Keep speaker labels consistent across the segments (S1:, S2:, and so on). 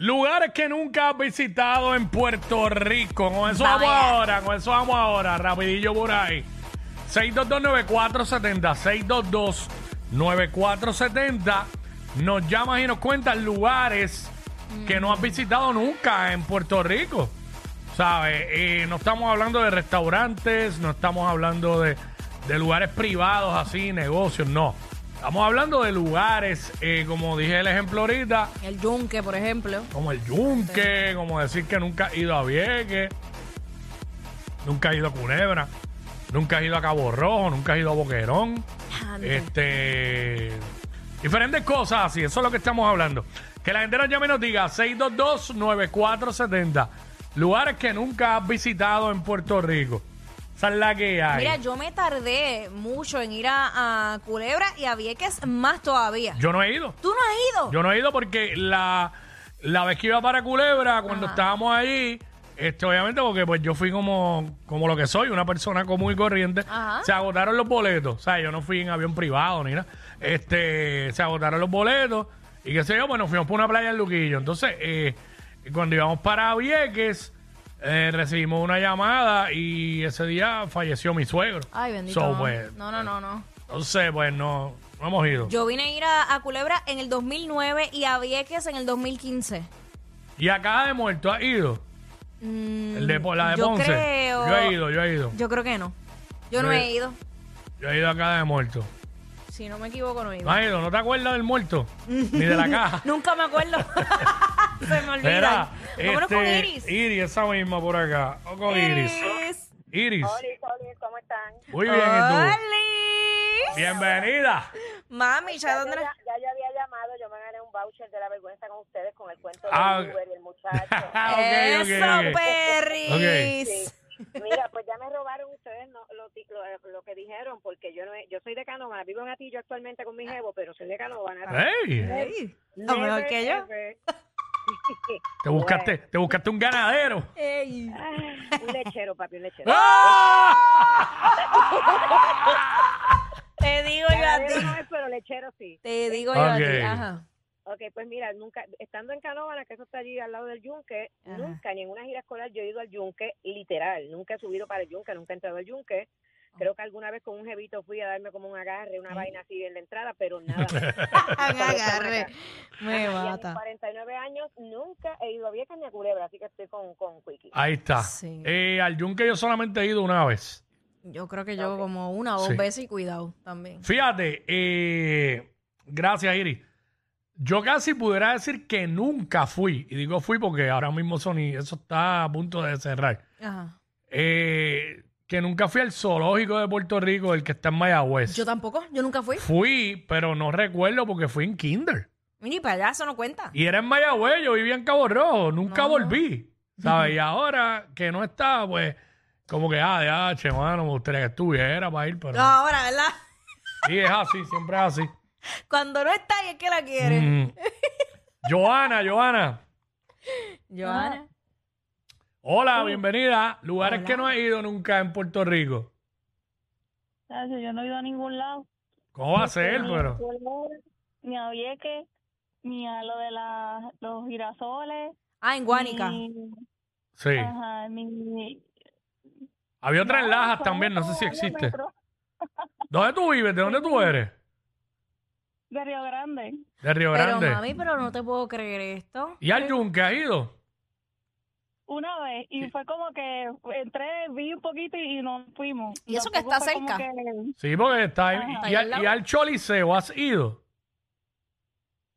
S1: Lugares que nunca has visitado en Puerto Rico. Con eso
S2: Vaya.
S1: vamos ahora, con eso vamos ahora, rapidillo por ahí. 6229470, 622-9470. Nos llamas y nos cuentas lugares que no has visitado nunca en Puerto Rico. ¿Sabes? Y no estamos hablando de restaurantes, no estamos hablando de, de lugares privados así, negocios, no. Estamos hablando de lugares, eh, como dije el ejemplo ahorita,
S3: El yunque, por ejemplo.
S1: como el yunque, como decir que nunca has ido a Vieques, nunca has ido a Culebra, nunca has ido a Cabo Rojo, nunca has ido a Boquerón. Este, diferentes cosas así, eso es lo que estamos hablando. Que la gente nos llame y nos diga 622-9470, lugares que nunca has visitado en Puerto Rico. Esa es la que hay.
S3: Mira, yo me tardé mucho en ir a, a Culebra y a Vieques más todavía.
S1: Yo no he ido.
S3: ¿Tú no has ido?
S1: Yo no he ido porque la, la vez que iba para Culebra, cuando estábamos allí, este, obviamente porque pues yo fui como, como lo que soy, una persona común y corriente,
S3: Ajá.
S1: se agotaron los boletos. O sea, yo no fui en avión privado ni nada. Este, se agotaron los boletos y qué sé yo, bueno, fuimos por una playa en Luquillo. Entonces, eh, cuando íbamos para Vieques, eh, recibimos una llamada y ese día falleció mi suegro.
S3: Ay, bendito.
S1: So,
S3: no.
S1: pues,
S3: no, no, no, no.
S1: Entonces, pues no, no hemos ido.
S3: Yo vine a ir a, a Culebra en el 2009 y a Vieques en el 2015.
S1: ¿Y acá de muerto has ido? El de, Po- la de
S3: Mm, yo
S1: Ponce.
S3: creo-
S1: Yo he ido, yo he ido.
S3: Yo creo que no. Yo no
S1: Sí.
S3: he ido.
S1: Yo he ido acá de muerto.
S3: Si no me equivoco, no he ido.
S1: No has ido, ¿no te acuerdas del muerto? Ni de la caja.
S3: Nunca me acuerdo. Se me olvida.
S1: Era,
S3: Vámonos
S1: este,
S3: con Iris.
S1: Iris, esa misma por acá. O con Iris.
S3: Iris.
S1: Iris.
S4: ¿cómo están?
S1: Muy bien, ¿y tú?
S3: Olis.
S1: Bienvenida.
S3: Mami, ¿ya dónde
S4: Ya,
S3: la-
S4: ya yo había llamado, yo me gané un voucher de la vergüenza con ustedes con el cuento
S1: Ah.
S4: de Uber y el muchacho.
S1: Ah, ok, ok,
S3: Eso, pues.
S1: ok.
S3: Perris.
S4: Sí. Mira, pues ya me robaron ustedes no, lo, ti- lo- lo que dijeron, porque yo no he- yo soy de Canova, vivo en Atillo actualmente con mi jevo, pero soy de Canova.
S1: ¿Eh? Ey,
S3: Ey, a lo mejor que yo.
S1: te buscaste, te buscaste un ganadero.
S3: Ey.
S4: un lechero, papi, un lechero.
S1: ¡Ah!
S3: ¡Oh! Te digo yo a
S4: Ganadero
S3: ti.
S4: no es, pero lechero sí.
S3: Te digo yo a
S1: Ok.
S3: ti. Ajá.
S4: Ok, pues mira, nunca, estando en Canóvana, que eso está allí al lado del Yunque,
S3: Ajá.
S4: nunca, ni en una gira escolar, yo he ido al Yunque, literal, nunca he subido para el Yunque, nunca he entrado al Yunque. Creo que alguna vez con un jevito fui a darme como un agarre, una vaina así en la entrada, pero nada. más.
S3: Agarre. Me
S4: y a mis
S3: mata.
S4: 49 años nunca he ido a Vieques ni a Culebra, así que estoy con, con Quickie.
S1: Ahí está.
S3: Sí.
S1: Eh, al yunque yo solamente he ido una vez.
S3: Yo creo que yo como una o dos
S1: Sí.
S3: veces y cuidado también.
S1: Fíjate, eh, gracias Iris. Yo casi pudiera decir que nunca fui, y digo fui porque ahora mismo Sony, eso está a punto de cerrar,
S3: Ajá.
S1: Eh, que nunca fui al zoológico de Puerto Rico, el que está en Mayagüez.
S3: Yo tampoco, yo nunca fui.
S1: fui, pero no recuerdo porque fui en kinder.
S3: Mini payaso no cuenta.
S1: Y era en Mayagüez, yo vivía en Cabo Rojo, nunca volví, ¿sabes? Y ahora que no está, pues, como que, ah, de H, mano, me gustaría que estuviera para ir, pero...
S3: No, ahora, ¿verdad?
S1: Y es así, siempre es así.
S3: Cuando no está y es que la quiere.
S1: Mm. Joana, Joana.
S3: Joana.
S1: Hola, bienvenida. Lugares
S3: Hola.
S1: que no he ido nunca en Puerto Rico.
S5: Ah, Yo no he ido a ningún lado,
S1: ¿Cómo va a ser, pero?
S5: ni a Vieques, ni a lo de la, los girasoles.
S3: Ah, en Guánica.
S5: ni-
S1: Sí.
S5: Ajá, ni-
S1: Había otras en
S5: No,
S1: Lajas
S5: fue
S1: también, no sé si
S5: todo año
S1: existe.
S5: metro
S1: ¿Dónde tú vives? ¿De dónde tú eres?
S5: De Río Grande.
S1: De Río
S3: Pero
S1: Grande.
S3: mami, pero no te puedo creer esto.
S1: ¿Y al Yunque has ido?
S5: una vez y fue como que entré, vi un poquito y, y nos fuimos.
S3: Y eso que
S5: Tampoco
S3: está
S5: fue como
S3: cerca.
S5: que-
S1: Sí, porque está ahí.
S5: Ajá.
S1: y, al, y al Choliseo, ¿has ido?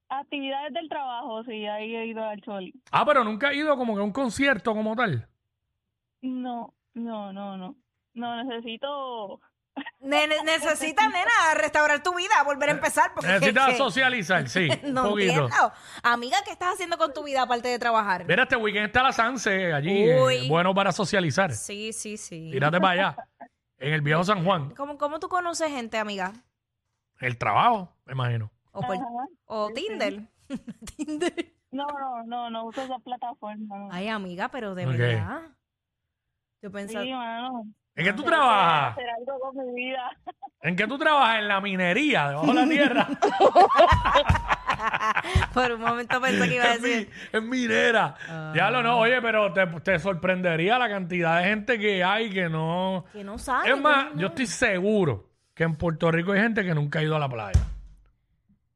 S5: actividades del trabajo, sí, ahí he ido al Choli.
S1: Ah, pero nunca has ido como que a un concierto como tal.
S5: No, no, no, no. No, necesito...
S3: Ne- ne- necesitas, nena, restaurar tu vida, volver a empezar. Porque
S1: Necesitas
S3: que-
S1: socializar, sí.
S3: No
S1: un poquito.
S3: entiendo. Oh, Amiga, ¿qué estás haciendo con tu vida aparte de trabajar?
S1: Mira, este weekend está la Sanse allí. eh,
S3: Uy.
S1: bueno para socializar.
S3: Sí, sí, sí.
S1: Tírate para allá. En el viejo San Juan.
S3: ¿Cómo, cómo tú conoces gente, amiga?
S1: El trabajo, me imagino.
S3: O, por-
S5: Ajá.
S3: o Tinder. Tinder.
S5: No, no, no, no uso esa plataforma. no.
S3: Ay, amiga, pero de
S1: Ok.
S3: verdad. Yo
S5: Sí,
S3: pensaba.
S5: mano.
S1: ¿En qué tú
S5: Tengo que
S1: trabajas?
S5: Hacer algo con mi vida.
S1: ¿En qué tú trabajas? En la minería, debajo de la tierra.
S3: por un momento pensé que iba a
S1: Es mi-
S3: decir.
S1: es minera.
S3: Ah.
S1: Diablo, no, oye, pero te, te sorprendería la cantidad de gente que hay que no.
S3: Que no sabe.
S1: es más,
S3: que no-
S1: yo estoy seguro que en Puerto Rico hay gente que nunca ha ido a la playa.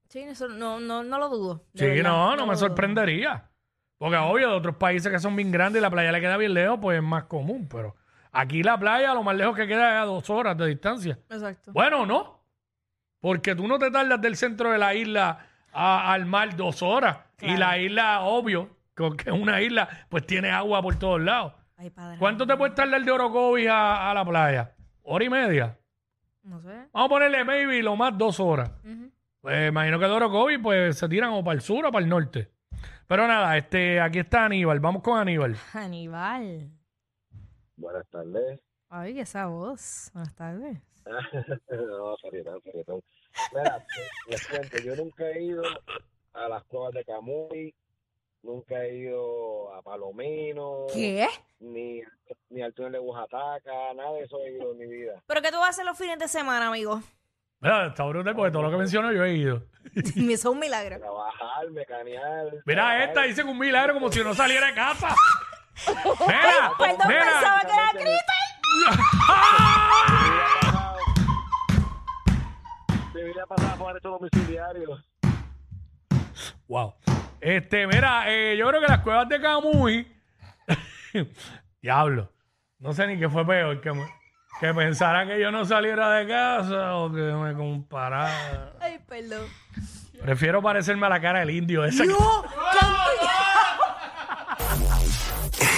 S3: Sí, eso no, no, no lo dudo. de
S1: Sí,
S3: verdad,
S1: no, no
S3: lo
S1: me
S3: dudo.
S1: sorprendería. Porque obvio, de otros países que son bien grandes y la playa le queda bien lejos, pues es más común. Pero aquí la playa, lo más lejos que queda es a dos horas de distancia.
S3: Exacto.
S1: Bueno, no. Porque tú no te tardas del centro de la isla a- al mar dos horas. Y la isla, obvio, con que es una isla, pues tiene agua por todos lados.
S3: Ay, padre.
S1: ¿Cuánto te puede tardar de Orocovis a, a la playa? ¿Hora y media?
S3: No sé.
S1: Vamos a ponerle maybe lo más dos horas.
S3: Ujú.
S1: Pues imagino que de Orocovis pues se tiran o para el sur o para el norte. Pero nada, este, aquí está Aníbal. Vamos con Aníbal.
S3: Aníbal.
S6: Buenas tardes.
S3: Ay, esa voz. Buenas tardes.
S6: no, serietón, serietón. Mira, les cuento, yo nunca he ido a las cuevas de Camuy, nunca he ido a Palomino,
S3: ¿Qué?
S6: ni, ni al túnel de Oaxaca, nada de eso he ido en mi vida.
S3: ¿Pero qué tú vas a hacer los fines de semana, amigo?
S1: Mira, está brutal porque todo lo que menciono yo he ido.
S3: Me hizo un milagro.
S6: Trabajar, mecanear.
S1: Mira,
S6: trabajar.
S1: esta dice que un milagro como si no saliera de casa. Mira,
S3: Perdón, pensaba que era Cristo.
S6: Mi vida ha pasado- Mi vida pasada por arresto domiciliario.
S1: Wow. Este, mira, eh, yo creo que las cuevas de Camuy. Diablo. No sé ni qué fue peor. Que, me- que pensara que yo no saliera de casa o que me comparara.
S3: Ay, perdón.
S1: Prefiero parecerme a la cara del indio ese.